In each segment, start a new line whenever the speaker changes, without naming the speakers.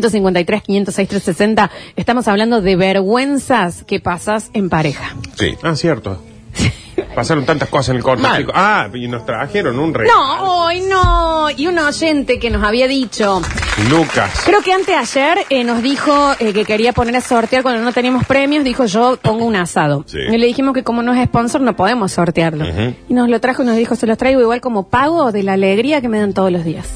153, 506, 360. Estamos hablando de vergüenzas que pasas en pareja.
Sí. Ah, cierto. Pasaron tantas cosas en el corte.
Mal.
chicos. Ah, y nos trajeron un rey.
No, hoy no. Y un oyente que nos había dicho,
Lucas.
creo que antes ayer eh, nos dijo eh, que quería poner a sortear cuando no teníamos premios, dijo yo pongo un asado.
Sí.
Y le dijimos que como no es sponsor no podemos sortearlo.
Ujú.
Y nos lo trajo y nos dijo, se los traigo igual como pago de la alegría que me dan todos los días.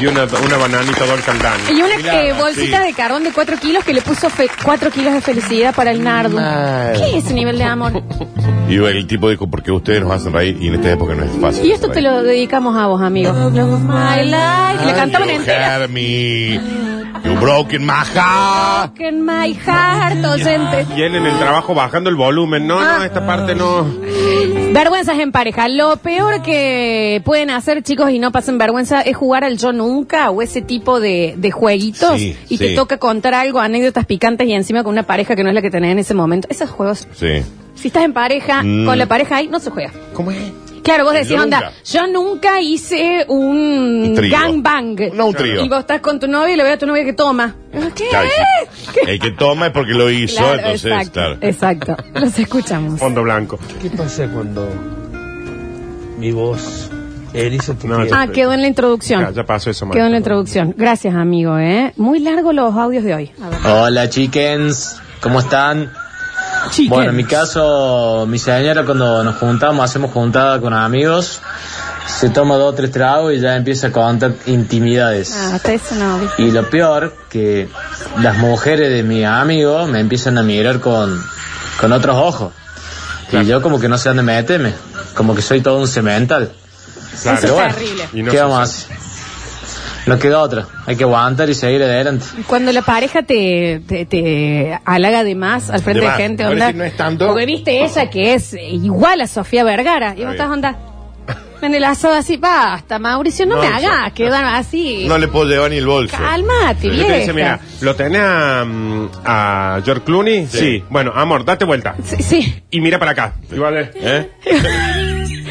Y una, una bananita Don Caldán.
Y una
Mirá,
eh, bolsita
sí.
de carbón de 4 kilos que le puso 4 kilos de felicidad para el nardo.
Mal.
¿Qué es ese nivel de amor?
Y el tipo dijo, porque ustedes nos hacen reír y en esta época no es fácil.
Y esto te lo dedicamos a vos, amigo. My life. Le cantaban
You
entera.
had me. You broken my heart.
Broken my heart, oyente.
Y él en el trabajo bajando el volumen. No,
Ah.
no, esta parte no.
Vergüenzas en pareja. Lo peor que pueden hacer, chicos, y no pasen vergüenza, es jugar al yo nunca o ese tipo de, de jueguitos
Sí,
y
sí.
te toca contar algo, anécdotas picantes y encima con una pareja que no es la que tenés en ese momento. Esos juegos,
Sí.
si estás en pareja,
Mm.
con la pareja ahí, no se juega.
¿Cómo es?
Claro, vos decís,
Yo
onda,
nunca.
yo nunca hice un
Un trío.
gangbang.
No, un trío.
Y vos estás con tu novia y le ves a tu novia que toma. ¿Qué?
Claro, el que- el que toma es porque lo hizo,
Claro,
entonces,
exacto,
claro.
Exacto. Los escuchamos. Ah,
Fondo blanco.
¿Qué pasa cuando mi voz eriza tu
No,
piel?
Ah, quedó en la introducción.
Ya, ya pasó eso, Marta.
Quedó en la introducción. Gracias, amigo, ¿eh? Muy largo los audios de hoy. A ver.
Hola chickens, ¿cómo están? Bueno, en mi caso, mi señora cuando nos juntamos, hacemos juntada con amigos, se toma dos o tres tragos y ya empieza a contar intimidades.
Ah, hasta eso no. vi.
Y lo peor, que las mujeres de mi amigo me empiezan a mirar con, con otros ojos. Y yo como que no sé dónde meterme, como que soy todo un cemental.
Claro.
Eso es
Pero bueno,
terrible.
Y no
¿qué
se
vamos a hacer? No queda otra, hay que aguantar y seguir adelante.
Cuando la pareja te, te, te halaga de más al frente
De
de,
más.
gente,
Ahora
onda.
sí no es tanto.
Porque viste ella que es eh, igual a Sofía Vergara. Y vos estás, onda. En el asado así, basta, Mauricio, no,
No,
me
yo-
hagas quedar así.
No le puedo llevar ni el bolso.
Calmate,
Y te dice,
vieja.
mira, ¿lo tenés a, mm, a George Clooney? Sí. Bueno, amor, date vuelta.
Sí, sí.
Y mira para acá. Igual es.
¿Eh?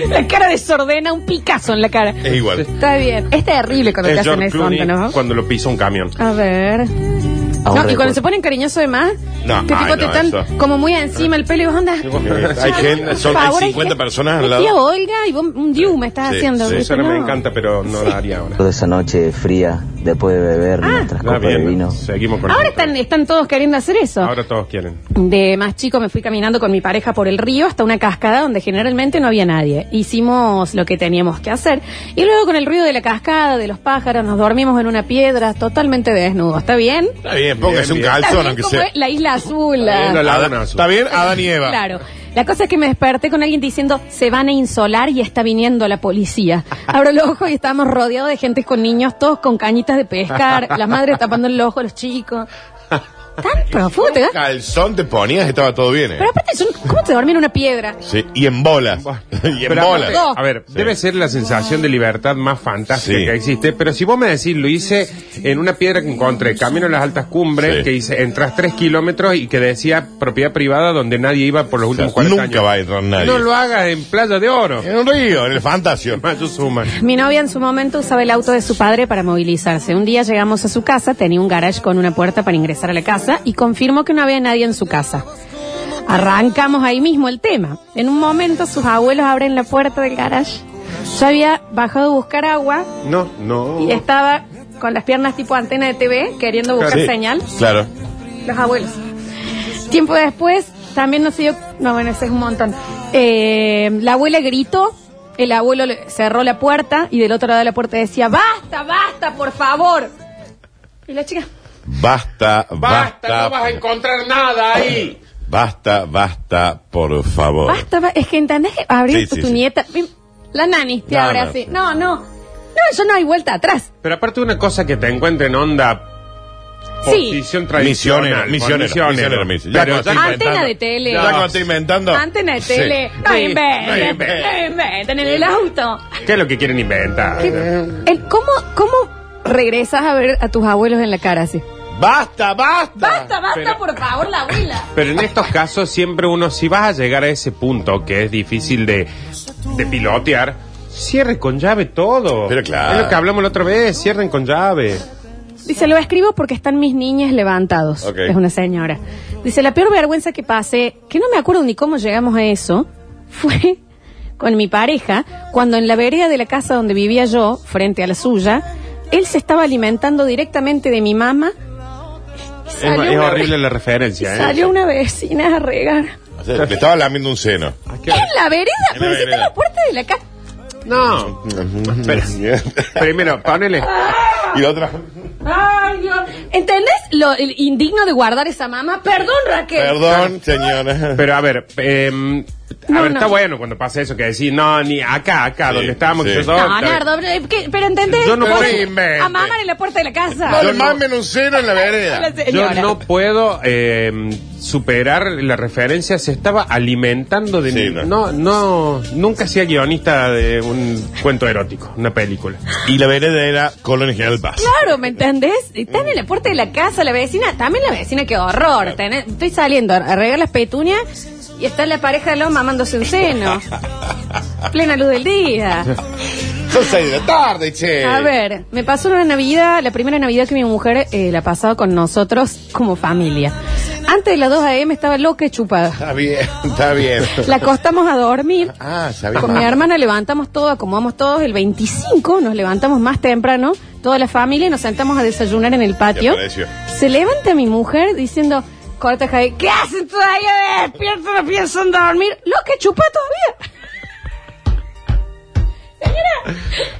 la cara desordena, un picazo en la cara.
Es igual.
Está bien. Es terrible cuando te
Es
hacen
George
eso,
Clooney
onda, ¿no?
cuando lo pisa un camión.
A ver. no, y cuando se ponen cariñoso de más,
No,
que
ay,
tipo
no,
te están
eso.
como muy encima el pelo y vos andas.
Eh,
Hay gente, son hay 50 personas al
Tía
lado.
Olga y vos un diu me estás
Sí,
haciendo.
sí,
¿viste?
Eso no me
No.
encanta, pero no lo haría ahora.
Toda esa noche fría, después de beber nuestras
Está
copas de
bien,
vino.
seguimos con
Ahora
esto.
están, están todos queriendo hacer eso.
Ahora todos quieren.
De más chico me fui caminando con mi pareja por el río hasta una cascada donde generalmente no había nadie. Hicimos lo que teníamos que hacer y luego con el ruido de la cascada, de los pájaros, nos dormimos en una piedra totalmente desnudos. ¿Está bien?
Está bien, póngase un
Bien, bien.
Está
calzón,
bien
aunque
como
sea.
es La isla azul.
Está
la-
bien, lo la-
Adán- ¿Está bien? Adán y Eva.
Claro. La cosa es que me desperté con alguien diciendo, se van a insolar y está viniendo la policía. Abro los ojos y estábamos rodeados de gente con niños, todos con cañitas de pescar, las madres tapando el ojo a los chicos. Tan profundo, te
Un
da-
calzón te ponías, estaba todo bien. ¿eh?
Pero aparte, yo no- ¿cómo te dormí en una piedra?
Sí, y en bolas. y en
Pero
bolas.
aparte, A ver,
Sí.
debe ser la sensación de libertad más fantástica
Sí.
que existe. Pero si vos me decís, lo hice en una piedra que encontré, camino a las altas cumbres,
Sí.
que hice, entras tres kilómetros y que decía propiedad privada donde nadie iba por los
O sea,
últimos 40
nunca
años.
va a entrar nadie. Eh.
No lo hagas en Playa de Oro.
En un río, en el fantasio.
Mayo suma.
Mi novia en su momento usaba el auto de su padre para movilizarse. Un día llegamos a su casa, tenía un garage con una puerta para ingresar a la casa y confirmó que no había nadie en su casa. Arrancamos ahí mismo el tema. En un momento sus abuelos abren la puerta del garage. Yo había bajado a buscar agua
No, no.
y estaba con las piernas tipo antena de TV queriendo buscar
Sí.
señal.
Claro.
Los abuelos. Tiempo después, también nos dio. No, bueno, ese es un montón. Eh, la abuela gritó, el abuelo le- cerró la puerta y del otro lado de la puerta decía: ¡Basta, basta, por favor! Y la chica.
Basta, basta.
Basta, no vas a encontrar nada ahí.
Basta, basta, por favor.
Basta, ba- es que entendés que abrir
Sí,
tu,
sí,
tu
sí.
nieta. La nani te
No,
abre
no,
así.
sí.
No, no. No, yo no hay vuelta atrás.
Pero aparte una cosa que te encuentre en onda
Sí.
posición tradicional,
Misionero, misionero,
con
misionero,
misionero.
misionero. Ya
Pero
está
sí,
inventando.
Antena de tele.
Ya cuando estoy inventando.
Antena de
Sí.
tele. No
Sí.
inventen.
No
No
inventen.
inventen en el auto.
¿Qué es lo que quieren inventar?
Eh.
El, ¿cómo, ¿Cómo regresas a ver a tus abuelos en la cara así?
Basta, basta.
Basta, basta,
Pero-
por favor, la abuela.
Pero en estos casos siempre uno, si vas a llegar a ese punto que es difícil de, de pilotear, cierre con llave todo.
Pero claro.
Es lo que hablamos la otra vez, cierren con llave.
Dice, lo escribo porque están mis niñas levantados.
Ok.
Es una señora. Dice, la peor vergüenza que pasé, que no me acuerdo ni cómo llegamos a eso, fue con mi pareja, cuando en la vereda de la casa donde vivía yo, frente a la suya, él se estaba alimentando directamente de mi mamá. Y
Es,
salió
es
una-
horrible la
y
referencia, ¿eh?
salió una vecina a regar.
O sea, le estaba lamiendo un seno.
¿A qué hora?
En la vereda,
En la
pero si está en la
vereda.
puerta de la casa.
No. Espera. Primero, ponele.
y la otra.
Ay, Dios. ¿Entendés lo el indigno de guardar esa mamá? Perdón, Raquel.
Perdón, señora.
Pero a ver, em, a
No,
ver,
no.
está bueno cuando pasa eso que decís, no, ni acá, acá,
Sí,
donde estábamos,
sí.
que yo-
No, Nardo, eh, ¿qué? pero ¿entendés?
Yo no
Vos
puedo- invente.
A mamar en la puerta de la casa.
No le
no-
mamen un seno en la
La
vereda.
Yo
señora.
no puedo em, superar la referencia, se estaba alimentando de...
Sí,
no.
no.
no, nunca sea guionista de un cuento erótico, una película.
Y la vereda era Colonia General Paz.
Claro, ¿me entendés? Están en la puerta de la casa, la vecina, también la vecina, qué horror. tenés- Estoy saliendo a regar las petunias y está la pareja de los mamándose un seno. Plena luz del día.
Son seis de la tarde, che.
A ver, me pasó una Navidad, la primera Navidad que mi mujer eh, la pasaba con nosotros como familia. Antes de las 2 a.m. estaba loca y chupada.
Está bien, está bien.
La acostamos a dormir.
Ah, sabía.
Con mi hermana levantamos todo, acomodamos todos. El 25 nos levantamos más temprano, toda la familia, y nos sentamos a desayunar en el patio.
apareció.
Se levanta mi mujer diciendo, corta Javi, ¿qué hacen todavía despierto? No piensan dormir. Lo que chupa todavía.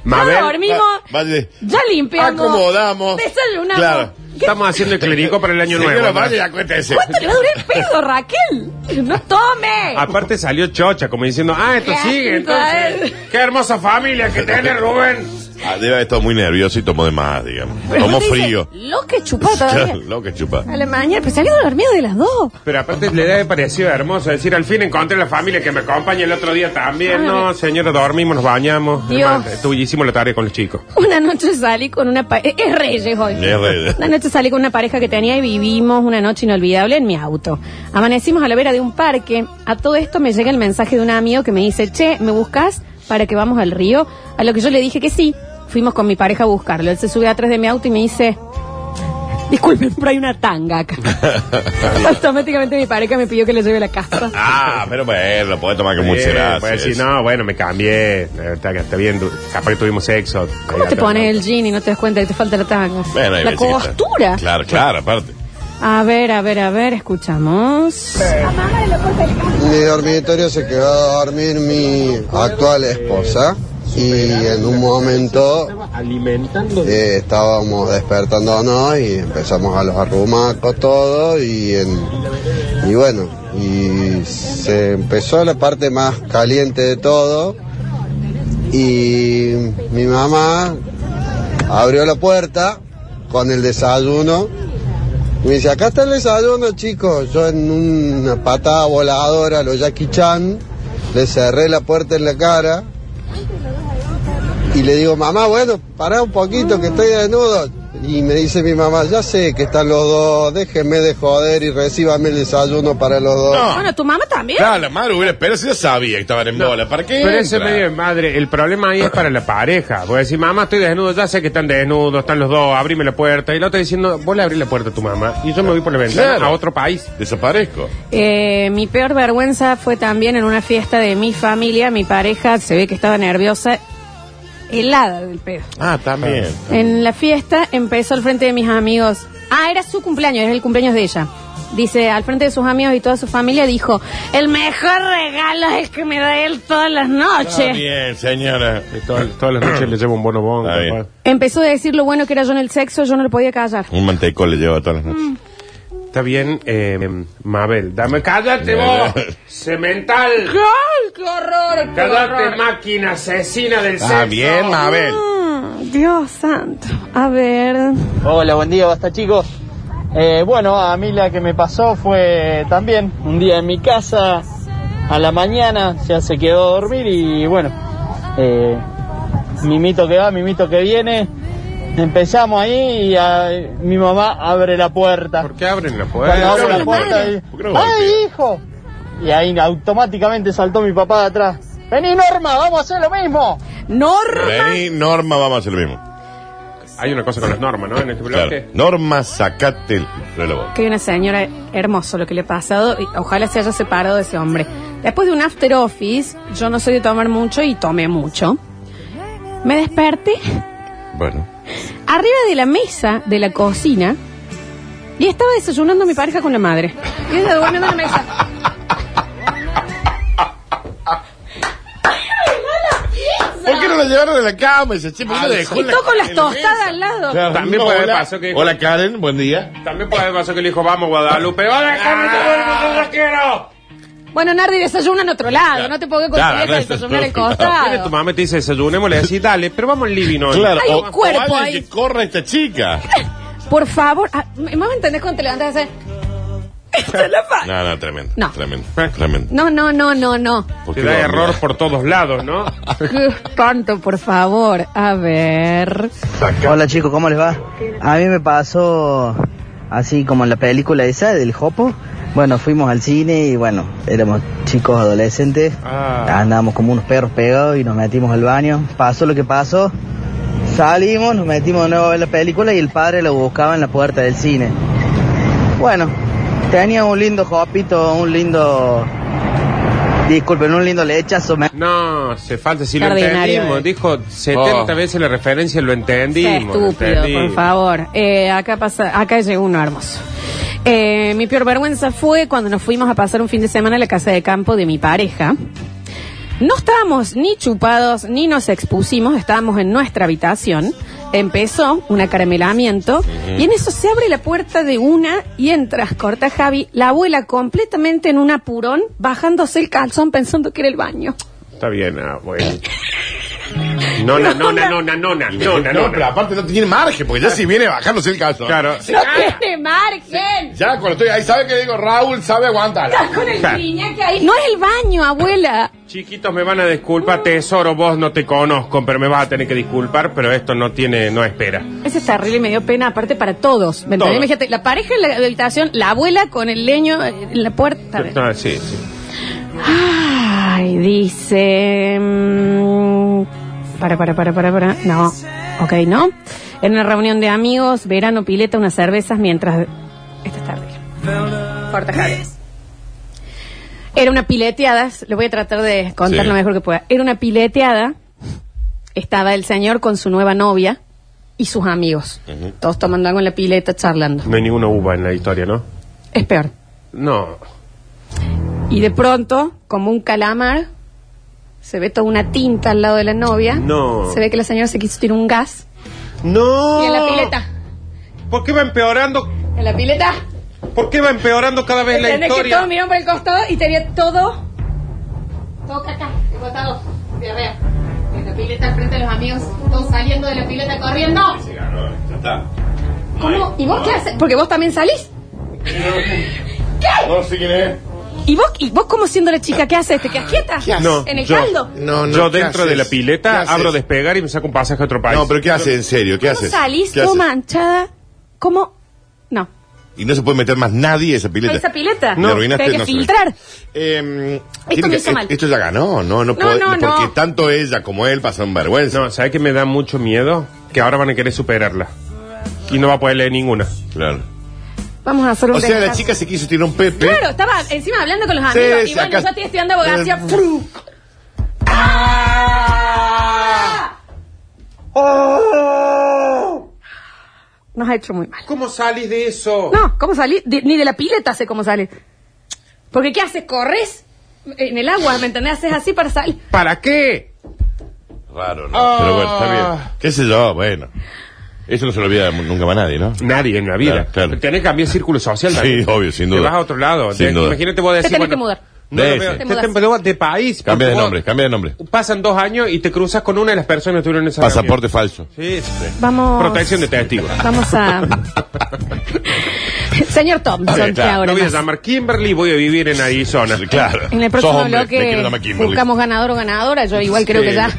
Mabel,
ya dormimos,
va- vale.
ya limpiamos,
Acomodamos.
desayunamos.
Claro.
¿Qué-
estamos haciendo el clérigo para el año
Señora,
nuevo. ¿no?
vaya y acuéntese.
¿Cuánto le va a durar el pedo, Raquel? ¡No tome!
Ah,
Aparte salió chocha, como diciendo, ah, esto
¿Qué
sigue,
hacen para
entonces. Qué hermosa familia que tiene Rubén.
Ah, debe haber estado muy nervioso y tomó de más, digamos. Tomó
Dice,
frío.
Lo que chupa todavía.
Lo que chupa.
A la mañana, pues salió dormido de las dos.
Pero aparte le debe parecido hermoso decir, al fin encontré la familia que me acompaña el otro día también. No, señora, dormimos, nos bañamos.
Ah, Dios.
Además, tú hicimos la tarea con los chicos.
Una noche salí con una pareja. Es Reyes hoy.
Es Reyes.
Una noche salí con una pareja que tenía y vivimos una noche inolvidable en mi auto. Amanecimos a la vera de un parque. A todo esto me llega el mensaje de un amigo que me dice, che, ¿me buscas para que vamos al río? A lo que yo le dije que sí. Fuimos con mi pareja a buscarlo. Él se sube atrás de mi auto y me dice, disculpen, pero hay una tanga acá. Automáticamente mi pareja me pidió que le lleve a la casa.
Ah, pero bueno, lo puede tomar como un
Eh,
cherazo.
puede decir, no, bueno, me cambié. eh, Está, está bien, du- capaz que tuvimos sexo.
¿Cómo
Eh,
te
pero
pones
no.
el jean y no te das cuenta que te falta la tanga?
Bueno, hay
la
veces que está-
costura.
Claro, claro, aparte.
A ver, a ver, a ver, escuchamos.
Mi dormitorio se quedó a dormir mi actual esposa y en un momento eh, estábamos despertándonos y empezamos a los arrumacos todo y, en- y bueno, y se empezó la parte más caliente de todo y mi mamá abrió la puerta con el desayuno me dice, acá está el desayuno, chicos. Yo en una patada voladora, lo Jackie Chan, le cerré la puerta en la cara. Y le digo, mamá, bueno, pará un poquito, que estoy desnudo. Y me dice mi mamá, ya sé que están los dos, déjenme de joder y recíbame el desayuno para los dos.
No.
Bueno, ¿tu mamá también?
Claro, la madre hubiera esperado si ya sabía que estaban en bola. ¿Para qué?
Pero ese
entra?
medio de madre, el problema ahí es para la pareja. Voy a decir, mamá, estoy desnudo, ya sé que están desnudos, están los dos, abrime la puerta. Y el otro diciendo, vos le abrís la puerta a tu mamá. Y yo me voy por la ventana
Claro.
a otro país.
Desaparezco.
Eh, mi peor vergüenza fue también en una fiesta de mi familia. Mi pareja se ve que estaba nerviosa, helada del pedo.
Ah, también.
En la fiesta empezó al frente de mis amigos. Ah, era su cumpleaños, era el cumpleaños de ella. Dice, al frente de sus amigos y toda su familia, dijo, el mejor regalo es que me da él todas las
Está
noches.
bien, señora.
Ah. Y todas, todas las noches le llevo un bonobón.
Está bien.
capaz.
Empezó a decir lo bueno que era yo en el sexo, yo no lo podía callar.
Un mantecol le lleva todas las
Mm.
noches.
Está bien, eh, Mabel, dame... ¡Cállate vos! ¡Cemental!
¡Ay, qué horror! qué horror!
¡Cállate, máquina asesina del sexo!
Está Ah, bien, Mabel.
Ah, Dios santo. A ver.
Hola, buen día, basta chicos. Eh, bueno, a mí la que me pasó fue también un día en mi casa, a la mañana, ya se quedó a dormir y bueno, eh, mimito que va, mimito que viene. Empezamos ahí y ah, mi mamá abre la puerta.
¿Por qué abren la
Cuando
puerta?
abro
Abre
la
la
puerta
madre.
y,
¿Por qué no golpea?
¡Ay, hijo! Y ahí automáticamente saltó mi papá de atrás. ¡Vení, Norma, vamos a hacer lo mismo!
Norma.
Vení, Norma, vamos a hacer lo mismo.
Hay una cosa con las normas, ¿no? En este
Claro.
bloque.
Norma, sacate el reloj.
Que hay una señora hermoso lo que le ha pasado y ojalá se haya separado de ese hombre. Después de un after office, yo no soy de tomar mucho y tomé mucho. Me desperté
Bueno.
arriba de la mesa de la cocina y estaba desayunando mi pareja con la madre. Y ella durmiendo en la mesa.
¿Por qué no la llevaron de la cama? Y se che, ¿por qué
Ah,
la dejó
Y
en la-
todo con las
en la
tostadas
mesa?
al lado.
Claro,
También puede
hola.
pasar que-
Hola, Karen, buen día.
También puede haber pasado que le dijo, vamos, Guadalupe. ¡Va a dejarme que vuelva, no te quiero!
Bueno, Nardi desayuna en otro lado,
Claro.
no te puedo
Claro,
conseguir
no,
que desayunar
no,
al
no.
Viene tu
costado.
mamá y te dice, desayunemos, le decís, dale, pero vamos al living hoy.
Claro,
Hay un
o- o
cuerpo
alguien
ahí.
que corra esta chica.
Por favor, ah, ¿me me entendés cuando te levantas y haces? Esa es la fa-
No, no, tremendo.
No.
Tremendo. Tremendo.
No, no, no, no, no.
¿Por
Te
qué
da
lo-
error por todos lados, ¿no?
Qué Tonto, por favor. A ver.
Hola chicos, ¿cómo les va? A mí me pasó así como en la película esa del Jopo. Bueno, fuimos al cine y bueno, éramos chicos adolescentes.
Ah.
Andábamos como unos perros pegados y nos metimos al baño. Pasó lo que pasó. Salimos, nos metimos de nuevo a ver la película y el padre lo buscaba en la puerta del cine. Bueno, tenía un lindo jopito, un lindo... Disculpen, un lindo lechazo. me-
No, se falta, si lo
Extraordinario,
entendimos.
eh.
Dijo 70 veces la referencia, lo
Sea
entendimos. lo
estúpido, por
entendimos.
favor. Eh, acá pasa, acá llegó uno hermoso. Eh, mi peor vergüenza fue cuando nos fuimos a pasar un fin de semana a la casa de campo de mi pareja. No estábamos ni chupados ni nos expusimos, estábamos en nuestra habitación. Empezó un acaramelamiento y en eso se abre la puerta de una y entras, corta Javi, la abuela completamente en un apurón, bajándose el calzón pensando que era el baño.
Está bien, ah, bueno. Nona, nona, nona, nona, nona,
No, pero
nona.
aparte no tiene margen, porque ya si viene bajándose el caso.
Claro.
¡No tiene margen!
Ya cuando estoy ahí, sabe que digo, Raúl sabe aguantar.
Con el
Claro.
piñaque ahí. No es el baño, abuela.
Chiquitos, me van a disculpar, tesoro, vos no te conozco, pero me vas a tener que disculpar, pero esto no tiene, no espera.
Ese es terrible y me dio pena, aparte para todos. ¿Me
Todos.
entendés? Imagínate, la pareja en la habitación, la abuela con el leño en la puerta.
No, Ah, sí, sí.
Ay, dice. mm, Para, para, para, para, para. No. Ok, no. En una reunión de amigos, verano, pileta, unas cervezas mientras. Esta es terrible. Corta, Javi. Era una pileteada, lo voy a tratar de contar
Sí.
lo mejor que pueda. Era una pileteada, estaba el señor con su nueva novia y sus amigos. Todos tomando algo en la pileta, charlando.
No hay ninguna uva en la historia, ¿no?
Es peor.
No.
Y de pronto, como un calamar, se ve toda una tinta al lado de la novia.
No.
Se ve que la señora se quiso tirar un gas.
No.
Y en la pileta.
¿Por qué va empeorando?
En la pileta.
¿Por qué va empeorando cada vez la
Entendés que todos
historia?
miraron por el costado y tenía todo. Todo caca, botado, diarrea. En la pileta, al frente de los amigos, todos saliendo de la pileta corriendo. ¿Cómo? ¿Y vos qué haces? Porque vos también salís.
No sé quién es.
¿Y vos, y vos como siendo la chica, qué haces? ¿Te quedas quieta?
No,
¿En el
yo-
caldo?
No, no,
Yo
¿qué
dentro
haces?
de la
¿Qué
pileta
haces?
abro despegar y me saco un pasaje a otro país.
No, pero ¿qué hace en serio? ¿Qué
¿Cómo
hace?
salís
¿Qué hace?
todo manchada? ¿Cómo? No.
Y no se puede meter más nadie a esa pileta.
¿A esa pileta?
No,
No.
arruinaste,
Tenés que
no se-
filtrar.
Eh,
Esto
tiene
me
que-
hizo
eh,
mal.
esto ya ganó, no, no,
No,
puede-
no,
porque
no.
tanto ella como él pasan vergüenza.
No, ¿sabes que me da mucho miedo? Que ahora van a querer superarla. Y no va a poder leer ninguna.
Claro.
Vamos a hacer un
O sea, la
descanso.
chica se quiso tirar un Pepe.
Claro, estaba encima hablando con los
Sí,
amigos
sí,
y bueno,
acá-
yo estoy estudiando abogacía.
Eh,
¡Fru!
¡Ah!
¡Ah! Nos ha hecho muy mal.
¿Cómo salís de eso?
No, ¿cómo salí? De- ni de la pileta sé cómo sale. Porque ¿qué haces? ¿Corres? En el agua, ¿me entendés? Haces así para salir.
¿Para qué?
Raro, ¿no?
Ah.
Pero bueno, está bien. ¿Qué sé yo? Bueno. Eso no se lo olvida nunca más nadie, ¿no?
Nadie en la vida.
Claro, claro.
Tenés que cambiar círculo social.
Sí,
también.
obvio, sin
Te
duda.
vas a otro lado.
Sin
Te-
duda.
Imagínate vos decís...
Te tenés
bueno,
que mudar.
No,
De
lo veo.
ese.
Te
Te
tenés que mudar de país.
Cambia de
porque vos-
nombre, cambia de nombre.
Pasan dos años y te cruzas con una de las personas que estuvieron en esa
Pasaporte falso.
reunión. Sí, sí.
Vamos.
Protección de testigos.
Vamos a. Señor Thompson,
Sí, claro,
que ahora.
No voy a
más?
llamar Kimberly, voy a vivir en Arizona.
Claro.
En el
Sos
próximo
hombre, me quiero
bloque
llamar Kimberly.
buscamos ganador o ganadora. Yo igual creo
Sí.
que ya.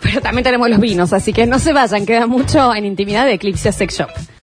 Pero también tenemos los vinos, así que no se vayan. Queda mucho en intimidad de Eclipse Sex Shop.